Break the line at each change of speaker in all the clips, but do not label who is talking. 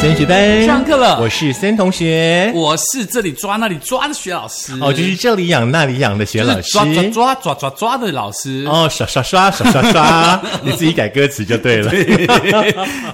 森学班
上课了
我是森同学。
我是这里抓那里抓的学老师，
哦，就是这里痒那里痒的学
就
老师。
是抓抓抓抓抓抓的老师。
哦，刷刷刷刷刷刷， 你自己改歌词就对了。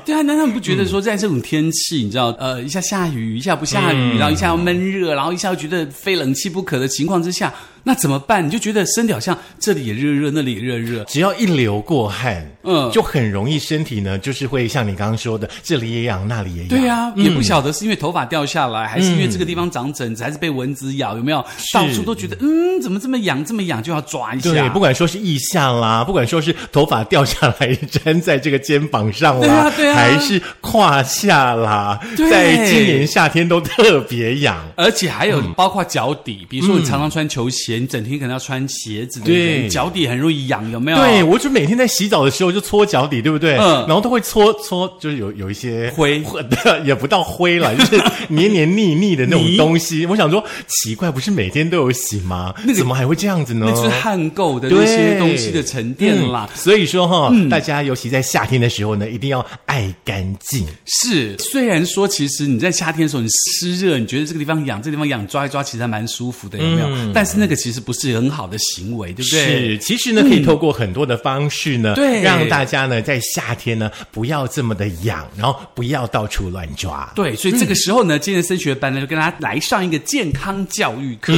对啊，难道你不觉得说在这种天气，你知道，呃，一下下雨，一下不下雨，
嗯
然后一下要闷热，然后一下又觉得非冷气不可的情况之下，那怎么办？你就觉得身体好像这里也热热，那里也热热。
只要一流过汗，嗯，
嗯
就很容易身体呢，就是会像你刚刚说的，这里也痒，那里也痒。
对啊，也不晓得是因为头发掉下来，还是因为这个地方长疹子，还是被蚊子咬，有
嗯
没有？到处都觉得，嗯，怎么这么痒，这么痒，就要抓一下。
对，不管说是腋下啦，不管说是头发掉下来粘在这个肩膀上啦，
对啊对啊
还是胯下啦，
对
在今年夏天都特别痒。
而且还
嗯
有包括脚底，比如说你常常穿球鞋，你整天可能要穿鞋子的
对
人，脚底很容易痒，有没有？
对，，我就每天在洗澡的时候就搓脚底，对不对？
哦嗯
然后都会搓搓，就是有有一些
灰
也不到灰了， 就是黏黏腻腻的那种
泥
东 西。我想说，奇怪，不是每天都有洗吗？
那个
怎么还会这样子呢？
那就是汗垢的
对
那些东西的沉淀啦。
嗯所以说哈、大家尤其在夏天的时候呢，一定要爱干净。
是，虽然说其实你在夏天的时候，你湿热，你觉得这个地方痒，这个地方痒，抓一抓其实还蛮舒服的，有没有？但是那个其实不是很好的行为，对不对？
嗯是，其实呢，可以透过很多的方式呢，
对
让大家呢在夏天呢不要这么的痒，然后不要到处乱抓。
对，所以这个时候呢，今天的升学班呢就跟大家来上一个健康教育课。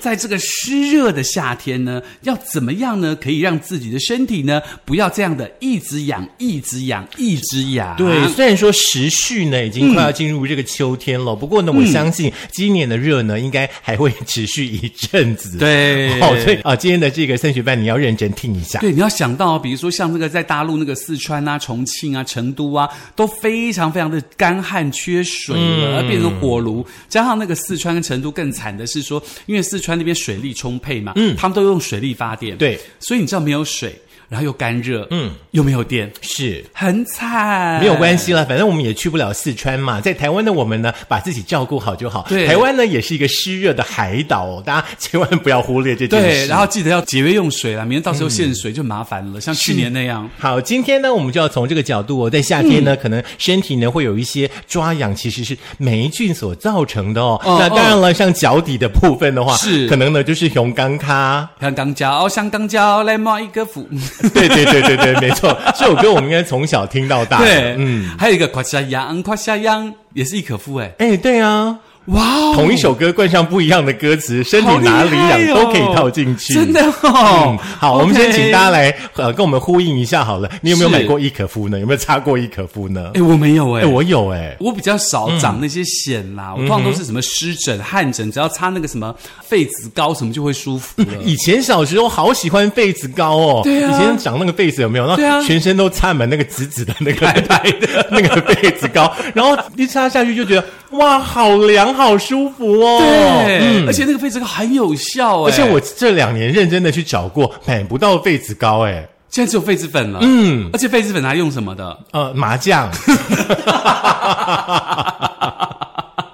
在这个湿热的夏天呢，要怎么样呢？可以让自己的身体呢不要这样的一直痒、一直痒、一直痒。
对，虽然说时序呢已经快要进入这个秋天了，不过呢，
嗯
我相信今年的热呢应该还会持续一阵子。，
对，
哦，所以啊，今天的这个升学班你要认真听一下。
对，你要想到，比如说像这个在大陆那个四川啊、重庆啊、成都啊，都非常非常的干旱缺水
嗯
了，而变成火炉。加上那个四川跟成都更惨的是说，因为四川那边水力充沛嘛，嗯，他们都用水力发电，
对，
所以你知道没有水，然后又干热，嗯，又没有电，
是。
很惨，
没有关系啦，反正我们也去不了四川嘛，在台湾的我们呢，把自己照顾好就好。
对
台湾呢也是一个湿热的海岛、哦，大家千万不要忽略这件嗯事。
对，然后记得要节约用水啦，免得到时候限水就麻烦了，像去年那样。
好，今天呢，我们就要从这个角度哦，在夏天
嗯
呢，可能身体呢会有一些抓痒，其实是霉菌所造成的哦。
哦
那当然
哦
了，像脚底的部分的话，
是
可能呢就是熊刚咖。
香港脚，香港脚，来摸一个福。
对对对对对，没 错，这首歌我们应该从小听到大。
对，
嗯，
嗯，还有一个夸下羊，夸下羊也是一可夫哎，
哎，对啊，
哇哦，
同一首歌冠上不一样的歌词，身体
好厉
哪
害
里痒
哦
都可以套进去。
真的哦
嗯。好，我们先请大家
来。
来呃跟我们呼应一下好了。你有没有
是
买过伊可夫呢？有没有擦过伊可夫呢？
哎，我没有哎，
哎，我有哎。
我比较少长那些癣啦，我通常都是什么湿疹、汗疹，只要擦那个什么痱子膏什么就会舒服了。
以前小时候好喜欢痱子膏哦，
嗯对啊
以前长那个痱子有没有？
对
那
啊
全身都擦满那个紫紫的那个白白的那个痱子膏，然后一擦下去就觉得哇，好凉，好舒服哦。
对，而且那个痱子膏很有效哎，
而且我这两年认真的去找过，买不到痱子膏哎，
现在只有痱子粉了，嗯，而且痱子粉还用什么的？
呃，麻酱。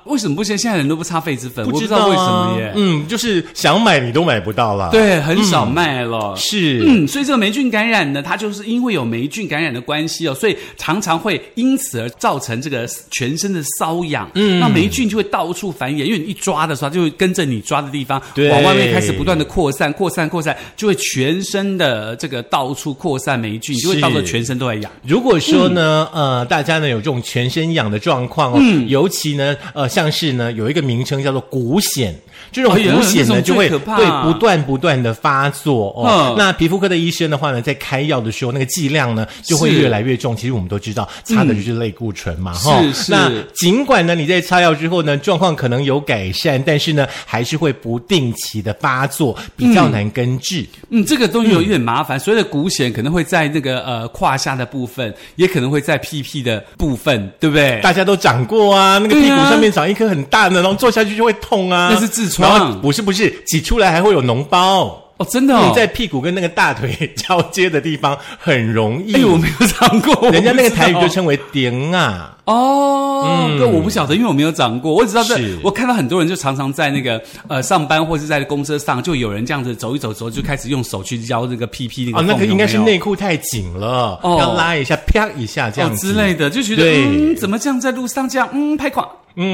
为什么不现现在人都不擦痱子 粉？我不
知
知道为什么
啊
耶。
嗯，就是想买你都买不到啦。，
对，很少卖了。
是。
嗯，所以这个霉菌感染呢，它就是因为有霉菌感染的关系哦，所以常常会因此而造成这个全身的瘙痒。嗯，那霉菌就会到处繁衍，因为你一抓的时候，它就会跟着你抓的地方
对
往外面开始不断的扩散、扩散、扩散，就会全身的这个到处扩散霉菌，就会到了全身都在痒。
如果说呢，
嗯
呃，大家呢有这种全身痒的状况哦，尤其呢，呃，像是呢有一个名称叫做骨癣，这种
哎呀
骨癣
那
呢
种
就会
最可怕
对不断不断的发作哦。
嗯
那皮肤科的医生的话呢，在开药的时候，那个剂量呢就会
是嗯
越来越重。其实我们都知道，擦的就是类固醇嘛，哈、
是是
那尽管呢你在擦药之后呢，状况可能有改善，但是呢还是会不定期的发作，比较难根治。
嗯，这个东西有一点麻烦，所谓的骨癣可能会在那个呃胯下的部分，也可能会在屁屁的部分，对不对？
大家都长过啊，那个屁股
对啊
上面长一颗很大的，然后坐下去就会痛啊。
那是痔疮
然后不是不是，挤出来还会有脓包。
哦，真的、哦，
因为在屁股跟那个大腿 交接的地方很容易。
哎、 我没有长过，
人家那个台语就
称
称为“顶啊
哦，对，我不晓得，因为我没有长过，我只知道
嗯是
是，我看到很多人就常常在那个呃上班或是在公车上，就有人这样子走一走走，就开始用手去撩这个屁屁那”，个
哦，那
缝
个
有
应该是
没有
内裤太紧了，
哦
要拉一下，啪一下这
哦
样子
之类的，就觉得
对
嗯，怎么这样在路上这样嗯拍垮。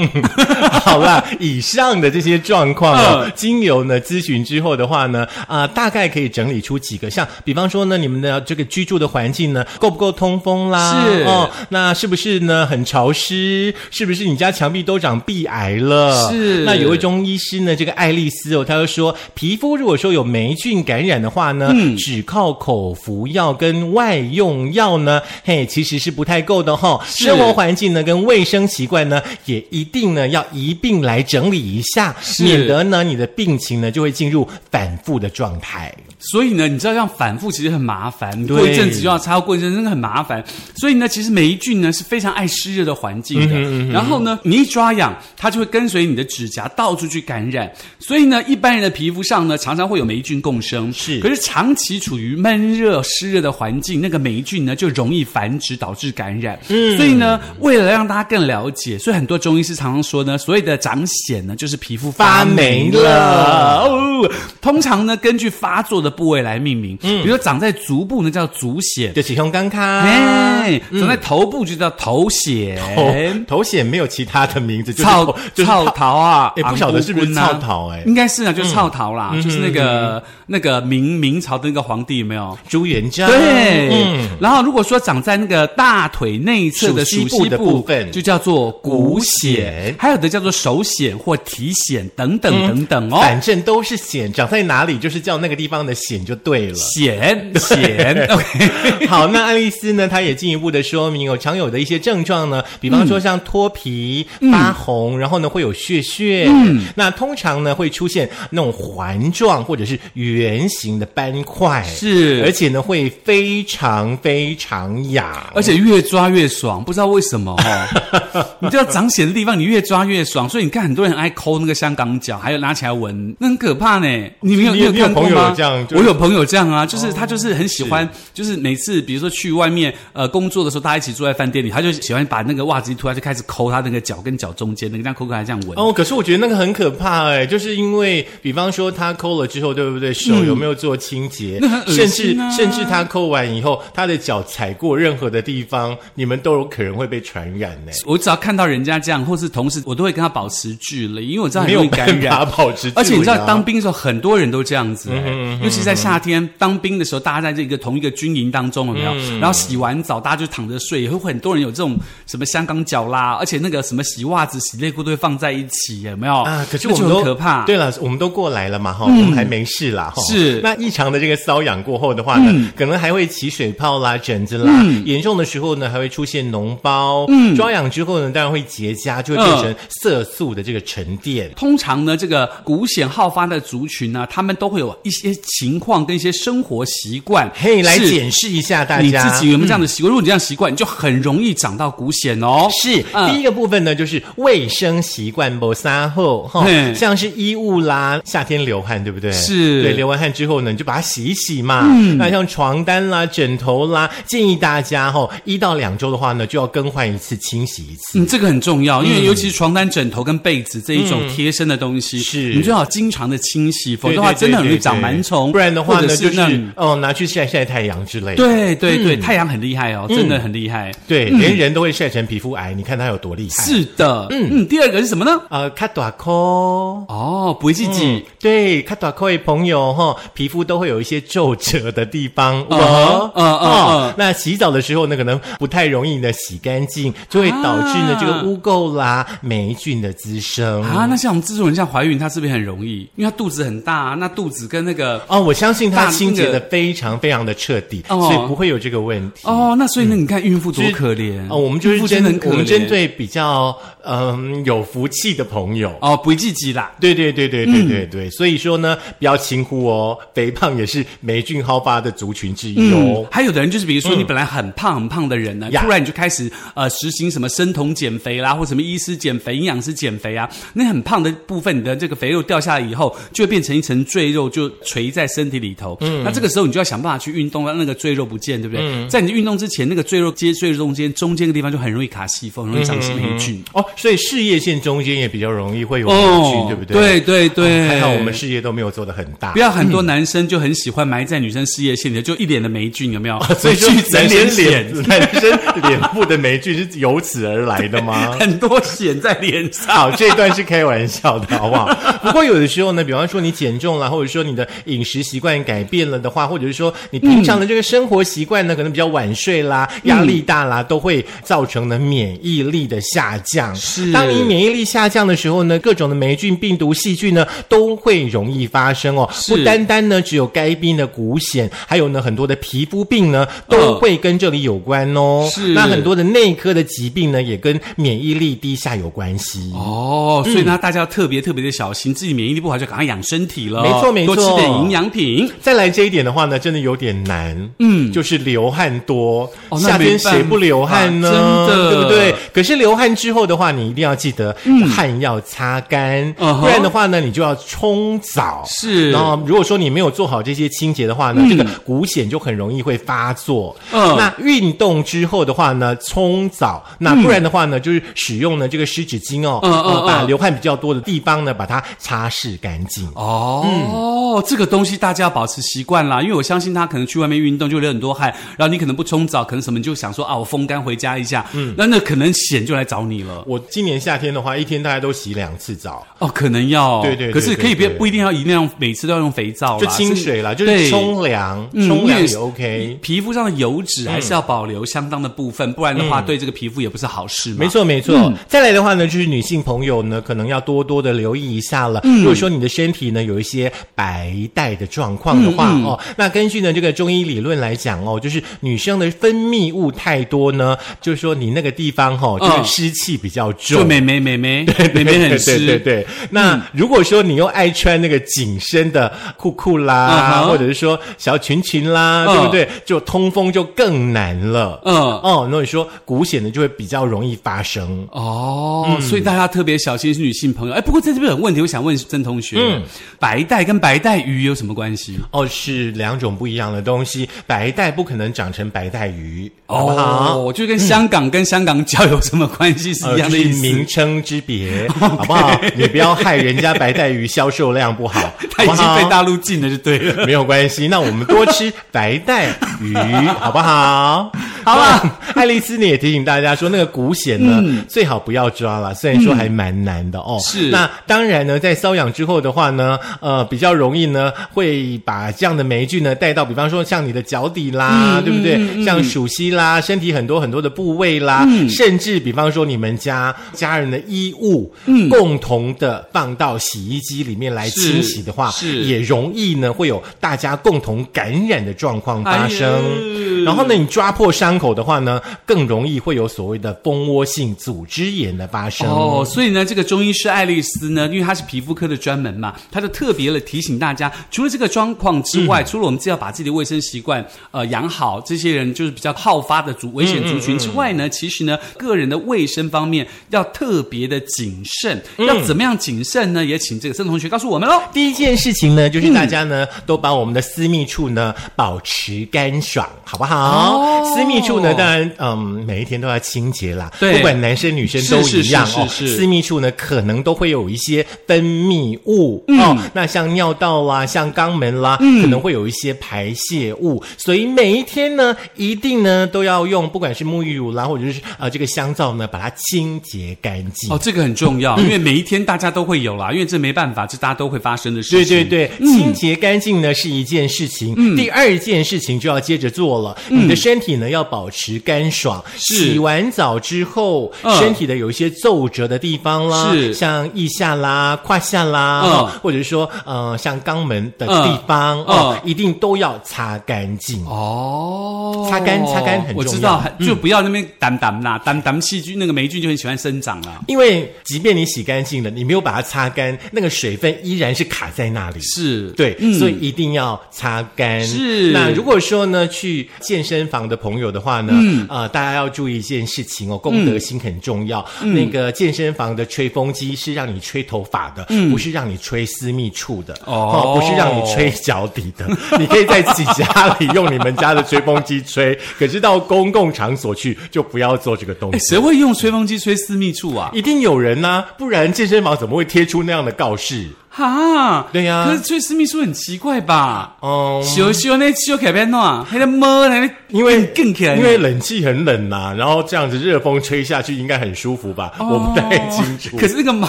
好啦，以上的这些状况哦
嗯，
经由呢咨询之后的话呢，啊、大概可以整理出几个，像比方说呢，你们的这个居住的环境呢，够不够通风啦？
是
哦，那是不是呢很潮湿？是不是你家墙壁都长壁癌了？
是
那有一种医师呢，这个爱丽丝哦，她就说，皮肤如果说有霉菌感染的话呢，
嗯
只靠口服药跟外用药呢，嘿，其实是不太够的哈、生活环境呢跟卫生习惯呢，也一定呢要一并来整理一下，
是
免得呢你的病情呢就会进入反复的状态。
所以呢，你知道这样反复其实很麻烦，你
对
过一阵子就要擦，过一阵子真的很麻烦。所以呢，其实霉菌呢是非常爱湿热的环境的。然后呢，你一抓痒，它就会跟随你的指甲到处去感染。所以呢，一般人的皮肤上呢，常常会有霉菌共生。
是
可是长期处于闷热、湿热的环境，那个霉菌呢就容易繁殖，导致感染。嗯，所以呢，为了让大家更了解，所以很多中医师常常说呢，所谓的长癣呢，就是皮肤发
发霉
霉
了
了。哦，通常呢，根据发作的部位来命名，
嗯
比如说长在足部呢叫足癣，
就起胸刚卡。
哎，
嗯
长在头部就叫头癣，
头哦头癣没有其他的名字，就是
草
头 就是
草桃啊，
哎不晓得是不是
昂咕咕啊
草桃哎嗯
应该是啊，就是草桃啦，就是那个那个明明朝的那个皇帝有没有？
朱元璋。
对，
嗯
然后如果说长在那个大腿内侧的
属膝
属
部
膝
的部分
就叫做
股
股
癣
癣，还有的叫做手癣或体癣等等
嗯
等等哦。
反正都是癣，长在哪里就是叫那个地方的癣就对了。
癣 癣 ，OK。
好，那爱丽丝呢？她也进一步的说明有常有的一些症状呢，比方说像脱皮、
嗯
发红，然后呢会有血血。嗯，那通常呢会出现那种环状或者是圆形的斑块，
是
而且呢会非常非常痒。
而且越抓越爽，不知道为什么哦。你知道长癣的地方，你越抓越爽，所以你看很多人爱抠那个香港脚，还有拿起来闻，那很可怕呢。你没有
你有
看过
你有朋友
吗？
这样就是哦
我有朋友这样啊，就是他就是很喜欢，就是每次比如说去外面呃工作的时候，大家一起住在饭店里，他就喜欢把那个袜子一脱，他就开始抠他那个脚跟脚中间，那个这样抠抠还这样闻。
哦，可是我觉得那个很可怕哎，就是因为，比方说他抠了之后，对不对？手有没有做清洁？
嗯那很恶
甚至
心啊
甚至他抠完以后，他的脚踩过任何的地方，你们都有可能会被传染呢。
我只要看到人家这样，或是同事，我都会跟他保持距离，因为我知道很
没有
容易感
办
染。
法保持距离啊，
而且你知道，当兵的时候，很多人都这样
嗯
子、哎尤其在夏天当兵的时候，大家在这个同一个军营当中，有没有？
嗯
然后洗完澡，大家就躺着睡，也会很多人有这种什么香港脚啦，而且那个什么洗袜子、洗内裤都会放在一起，有没有？
啊，可是
那
我
就
们都
很可怕。嗯
对了，我们都过来了嘛哈，我们还没事啦哈。
是嗯
那异常的这个瘙痒过后的话呢，可能还会起水泡啦、疹子啦，严重的时候呢还会出现脓包，嗯，抓痒之后呢，当然会结痂，就会变
嗯
成色素的这个沉淀。
通常呢，这个骨癣好发的族群呢，他们都会有一些情况跟一些生活习惯，
嘿，来
是
检视一下大
你
家。
自己有没有这样的习惯？如果你这样习惯，你就很容易长到骨癣哦。
是、
嗯
第一个部分呢，就是卫生习惯不撒后哈，
嘿
像是衣物啦，夏天流汗对不对？
是嗯
对，流完汗之后呢，你就把它洗一洗嘛。那像床单啦、枕头啦，建议大家哈、一到两周的话呢，就要更换一次、清洗一次。
嗯，这个很重要，因为尤其是床单、枕头跟被子这一种贴身的东西，
嗯是
你最好经常的清洗，否则的话
对对
真的很容易
对对
长螨虫，
不然的话
或
呢，
者
就是嗯
那
是
种。
哦，拿去晒晒太阳之类的。
对对对，太阳很厉害哦，真的很厉害。
对，连人都会晒成皮肤癌，你看它有多厉害。
是的，嗯嗯。第二个是什么呢？
呃，卡短扣。
哦，不会自己
嗯，对，看短裤的朋友哈、皮肤都会有一些皱褶的地方。
嗯
哦
嗯嗯
哦
嗯
那洗澡的时候呢，可能不太容易呢洗干净，就会导致呢、
啊
这个污垢啦、霉菌的滋生。
啊，那像这种人像怀孕，她是不是很容易？因为她肚子很大、那肚子跟那个。
哦，我相信它
大
清洁
那
的
个
非常非常的彻底，
哦
所以不会有这个问题。
哦，那所以呢，你看孕妇多
就是
可怜
嗯哦，我们就是
孕妇
针
真的很可怜。
我们针对比较嗯有福气的朋友。
哦，不会自己啦，
对对对对对对
嗯
对，所以说呢，不要轻忽哦，肥胖也是霉菌好发的族群之一哦。
嗯还有的人就是，比如说你本来很胖很胖的人呢，
呀
突然你就开始呃实行什么生酮减肥啦，或者么医师减肥、营养师减肥啊，那很胖的部分，你的这个肥肉掉下来以后，就会变成一层赘肉，就垂在身体里头。嗯，那这个时候你就要想办法去运动，让那个赘肉不见，对不对？
嗯
在你运动之前，那个赘肉接赘肉中间中间的地方就很容易卡细缝，容易长霉菌。
哦，所以事业线中间也比较容易会有霉菌，对不哦对？
哦对对对，
还好我们事业都没有做得很大
不。要很多男生就很喜欢埋在女生事业线里，就一脸的霉菌，有没有？
所以 说
去，整
男
脸
生
脸
脸，男生脸部的霉菌是由此而来的 吗？
很多癣在脸 上。
好，这段是开玩笑的，好不 好？不过有的时候呢，比方说你减重了，或者说你的饮食习惯改变了的话，或者是说你平常的这个生活习惯呢，可能比较晚睡啦、压力大啦，都会造成呢免疫力的下降。
是
当你免疫力下降的时候呢，各种的霉菌、病毒、细菌呢都会容易发生哦。不
是
单单呢只有该病的骨癣，还有呢很多的皮肤病呢都
嗯
会跟这里有关哦。
是
那很多的内科的疾病呢也跟免疫力低下有关系。
哦，所以呢，大家要特别特别的小心，自己免疫力不好就赶快养身体了，
没错没错
多吃点营养品。
再来这一点的话呢，真的有点难。嗯，就是流汗多，
哦那
夏天谁不流汗呢？
没办法真的嗯
对不对？可是流汗之后的话，你一定要记得、汗要擦干，
嗯哼
不然的话呢，你就要冲澡。
是
然后如果说你没有做好这些清洁的话呢，这个骨癣就很容易会发作。
嗯
那运动之后的话呢，冲澡，那不然的话呢，就是使用呢这个湿纸巾哦，
嗯嗯
把
嗯
流汗比较多的地方呢，把它擦拭干净。嗯
哦，这个东西大家要保持习惯啦，因为我相信他可能去外面运动就流很多汗，然后你可能不冲澡，可能什么你就想说啊，我风干回家一下，嗯，那那可能癣就来找你了。
我今年夏天的话，一天大概都洗两次澡，
哦，可能要，
对对对
可是可
对
以别
对
不一定要一定要每次都要用肥皂啦，
就清水啦，就是
对
冲凉，
嗯
冲凉
因为
也 OK。
皮肤上的油脂还是
嗯
要保留相当的部分，不然的话对这个皮肤也不是好事嘛。
没错，没
嗯
错。再来的话呢，就是女性朋友呢，可能要多多的留意一下了。
嗯
如果说你的身体呢有一些白带的状况的
嗯
话、哦，那根据呢这个中医理论来讲哦，就是女生的分泌物太多呢，就是说你那个地方哈、哦，就
嗯
是湿气比较重。
就美眉美眉美眉很
对对对
湿，嗯
对。那如果说你又爱穿那个紧身的裤裤啦，
嗯哼
或者是说小裙裙啦，
嗯
对不对？就通风就更难了。
嗯。
哦，那你说骨癣呢，就会比较容易发生。
哦，所以大家特别小心是女性朋友。哎，不过在这边有问题，我想问曾同学，
嗯
白带跟白带鱼有什么关系？
哦，是两种不一样的东西。白带不可能长成白带鱼，好不好？
哦，就跟香港跟香港脚有什么关系是
呃
一样的
这
意
是
思。
名称之 别，好不好？你不要害人家白带鱼销售量不好，
他已
好不
经
好
被大陆禁了，就对了。
没有关系，那我们多吃白带鱼，好不好？
好啊，嗯
爱丽丝呢也提醒大家说，那个骨癣呢、最好不要抓了，虽然说还蛮难的哦。
是
那当然呢，在瘙痒之后的话呢，呃，比较容易呢会把这样的霉菌呢带到，比方说像你的脚底
嗯
啦，对不对？像鼠膝啦，身体很多很多的部位啦，
嗯
甚至比方说你们家家人的衣物，
嗯
共同的放到洗衣机里面来
是
清洗的话，
是
也容易呢会有大家共同感染的状况发生。
哎呀
然后呢，你抓破伤口的话呢，更容易会有所谓的蜂窝性组织炎的发生。
哦，所以呢，这个中医师爱丽丝呢，因为她是皮肤科的专门嘛，她就特别的提醒大家，除了这个状况之
嗯
外，除了我们自己要把自己的卫生习惯呃养好，这些人就是比较好发的
嗯
族危险族群之外呢，其实呢，个人的卫生方面要特别的谨慎，
嗯
要怎么样谨慎呢？也请这个郑同学告诉我们喽。
第一件事情呢，就是大家呢、
嗯
都把我们的私密处呢保持干爽，好不好？
哦
私密处呢，当然，嗯，每一天都要清洁啦，
对
不管男生女生
是
都
是
一样
是
哦。
是是
私密处呢，可能都会有一些分泌物、
嗯
哦，那像尿道啦，像肛门啦，可能会有一些排泄物，所以每一天呢，一定呢都要用，不管是沐浴乳啦，或者是呃这个香皂呢，把它清洁干净。
哦，这个很重要，因为每一天大家都会有啦，因为这没办法，这大家都会发生的事
对
情。嗯
对对，清洁干净呢是一件事情，第二件事情就要接着做了。你的身体呢要保持干爽，
嗯是
洗完澡之后，
嗯
身体的有一些皱褶的地方啦，
是
像腋下啦、胯下啦，
嗯
哦或者说呃像肛门的地方
嗯
哦
嗯，
一定都要擦干净。
哦，
擦干擦干很重要嗯
我知道，就不要那边掸掸啦，掸掸细菌那个霉菌就很喜欢生长啦。
因为即便你洗干净了，你没有把它擦干，那个水分依然是卡在那里。
是，
嗯对，所以一定要擦干。
嗯是
那如果说呢，去健身房的朋友的的话呢，
嗯
呃，大家要注意一件事情哦，公德心很重要。
嗯
那个健身房的吹风机是让你吹头发的，不是让你吹私密处的，
嗯哦
不是让你吹脚底的。 你可以在自己家里用你们家的吹风机吹， 可是到公共场所去就不要做这个动
哎，
作。
谁会用吹风机吹私密处啊？
一定有人呐、不然健身房怎么会贴出那样的告示？
哈，
对呀
可是吹私密处很奇怪吧？
哦、
修修那修改变弄，那个摸那个
因为
更啊起来，
因为冷气很冷呐、然后这样子热风吹下去应该很舒服吧？我不太清楚，
哦可是那个毛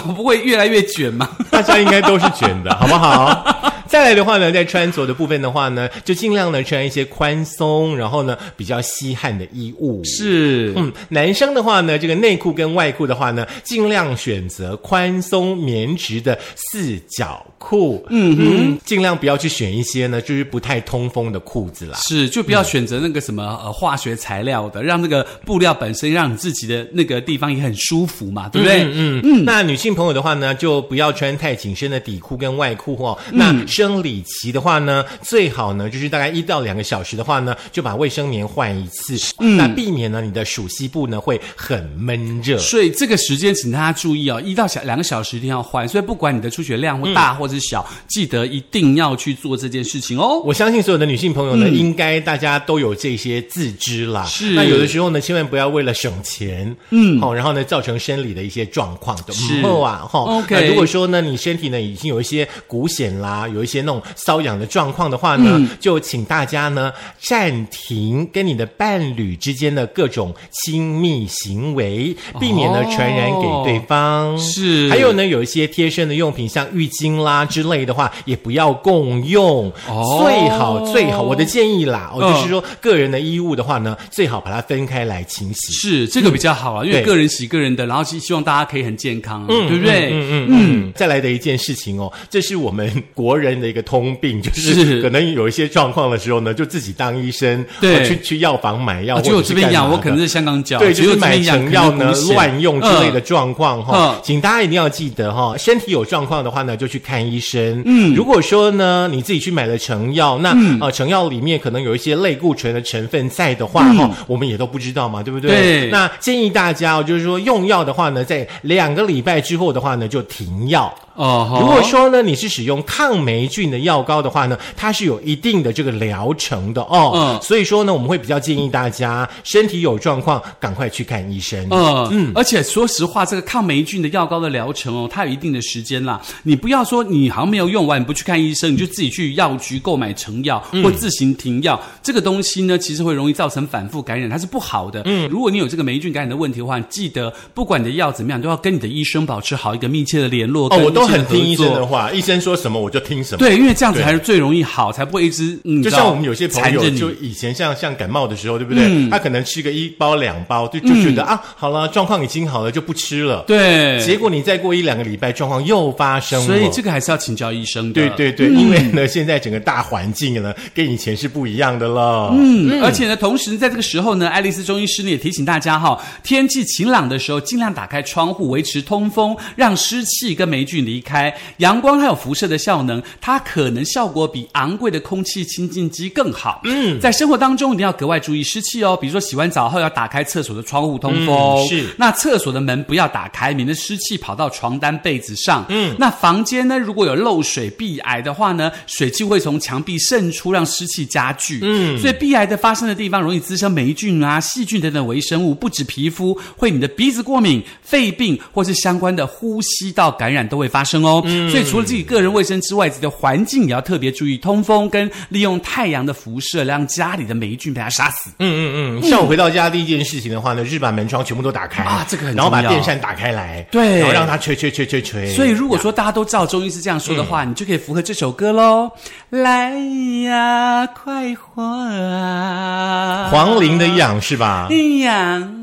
不会越来越卷吗？
大家应该都是卷 的，好不好？再来的话呢，在穿着的部分的话呢，就尽量呢穿一些宽松，然后呢比较吸汗的衣物。
是，
嗯，男生的话呢，这个内裤跟外裤的话呢，尽量选择宽松棉质的四角裤。嗯哼，尽量不要去选一些呢，就是不太通风的裤子啦。
是，就不要选择那个什么呃化学材料的，让那个布料本身让你自己的那个地方也很舒服嘛，对不对？
嗯嗯，那女性朋友的话呢，就不要穿太紧身的底裤跟外裤哦。那生理期的话呢，最好呢就是大概一到两个小时的话呢，就把卫生棉换一次，那避免呢你的属膝部呢会很闷热。
所以这个时间，请大家注意哦，一到小两个小时一定要换。所以不管你的出血量或
嗯
大或是小，记得一定要去做这件事情哦。嗯
我相信所有的女性朋友呢，应该大家都有这些自知啦。
是
那有的时候呢，千万不要为了省钱，嗯，好、然后呢，造成生理的一些状况的。
是
嗯后啊，哈、
OK
那如果说呢，你身体呢已经有一些骨癣啦，有一些那种瘙痒的状况的话呢，
嗯
就请大家呢暂停跟你的伴侣之间的各种亲密行为，避免呢、
哦
传染给对方。
是
还有呢，有一些贴身的用品，像浴巾啦之类的话，也不要共用。
哦
最好最好，我的建议啦，哦，
嗯
就是说个人的衣物的话呢，最好把它分开来清洗。
是这个比较好啊，因为
对
个人洗个人的，然后希希望大家可以很健康啊，对不对？
嗯嗯，再来的一件事情哦，这是我们国人的一个通病，就是
是
可能有一些状况的时候呢，就自己当医生，
对
哦去去药房买药，
啊，就我
或者
这
是
边
干
痒，
嘛
我可能
的
是香港脚，
对，
只
就
有
是
这
买
边痒
成药
可能
呢
是骨癣
乱用之类的状况哈、
嗯
请大家一定要记得哈、身体有状况的话呢，就去看医生。嗯，如果说呢你自己去买了成药，那、
嗯
呃成药里面可能有一些类固醇的成分在的话哈、我们也都不知道嘛，对不对？
嗯对
那建议大家哦，就是说用药的话呢，在两个礼拜之后的话呢，就停药。
哦。
如果说呢，你是使用抗霉菌的药膏的话呢，它是有一定的这个疗程的哦。
嗯
所以说呢，我们会比较建议大家身体有状况，赶快去看医生。
嗯嗯，而且说实话，这个抗霉菌的药膏的疗程哦，它有一定的时间啦。你不要说你好像没有用完，你不去看医生，你就自己去药局购买成药
嗯
或自行停药。这个东西呢，其实会容易造成反复感染，它是不好的。嗯，如果你有这个霉菌感染的问题的话，记得不管你的药怎么样，都要跟你的医生保持好一个密切的联络。
哦，
跟
我都
密切
很听医生
合
的
作。
话，医生说什么我就听什么。
对，啊因为这样子才是最容易好，才不会一直嗯，
就
你知
像
道
我们有些朋
缠着
友，
你
就以前像像感冒的时候，对不对？
嗯
他可能吃个一包两包，就就觉得、啊，好了，状况已经好了，就不吃了。
对，
结果你再过一两个礼拜，状况又发生了。
所以这个还嗯是要请教医生的。
对对对，因为呢，现在整个大环境呢，跟以前是不一样的了。
嗯，而且呢，同时在这个时候呢，爱丽丝中医师呢也提醒大家哈、天气晴朗的时候，尽量打开窗户，维持通风，让湿气跟霉菌离开。阳光它有辐射的效能，它可能效果比昂贵的空气清净机更好。嗯，在生活当中一定要格外注意湿气哦，比如说洗完澡后要打开厕所的窗户通风，
嗯是
那厕所的门不要打开，免得湿气跑到床单被子上。嗯，那房间呢，如果有漏水、壁癌的话呢，水汽会从墙壁渗出，让湿气加剧。嗯，所以壁癌的发生的地方容易滋生霉菌啊、细菌等等微生物，不止皮肤，会你的鼻子过敏、肺病或是相关的呼吸道感染都会发生哦。所以除了自己个人卫生之外，自己的环境也要特别注意通风跟利用太阳的辐射，让家里的霉菌被它杀死。
嗯嗯嗯，像我回到家第一件事情的话呢，就是把门窗全部都打开
啊这个很
然后把
重要
电扇打开来，
对
然后让它吹吹吹吹吹。
所以，如果说大家都照中医师这样说的话，你就可以符合这首歌喽。嗯来呀，快活啊！
黄龄的痒是吧？
一样。
啊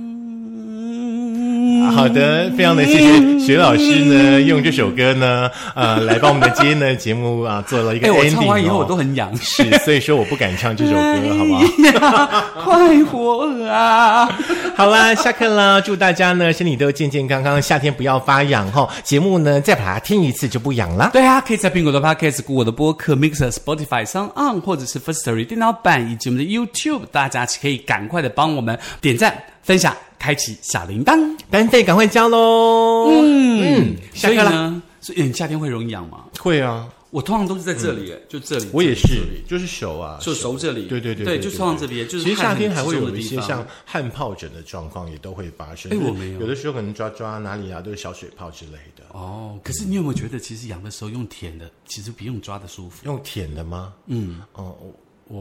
好的，非常的谢谢雪老师呢，用这首歌呢，呃，来帮我们的今天的节目啊做了一个
哎，我
ending
唱完以后
哦
我都很 痒。
是，所以说我不敢唱这首歌，好不好？
呀，快活啊！
好啦，下课啦！祝大家呢身体都健健康康，夏天不要发痒哈、节目呢再把它听一次就不痒啦。
对啊，可以在苹果的 Podcast、谷歌的播客、Mixer、Spotify、Sound On 或者是 Firstory 电脑版以及我们的 YouTube，大家可以赶快的帮我们点赞、分享、开启小铃铛。
单费赶快交喽！嗯嗯，下
所以
课啦。
呢，所以你夏天会容易痒吗？
会啊，
我通常都是在这里，就这里，
嗯我也
这里，
是，就是手啊，
就手这里，
对对对
对，就通常这边，就是
其实夏
汗
天还
很
会
集中
有
的
一
地
些
方
像汗疱疹的状况也都会发生。
哎
就是
我没有
有的时候可能抓抓哪里啊，都是小水泡之类的。
哦。可是你有没有觉得，其实痒的时候用舔的，其实比用抓的舒服？
用舔的吗？嗯，哦、我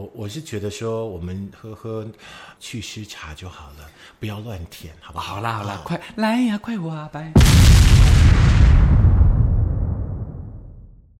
我我是觉得说，我们喝喝祛湿茶就好了，不要乱舔，好不好？
好啦好啦，快来呀，快活啊，拜。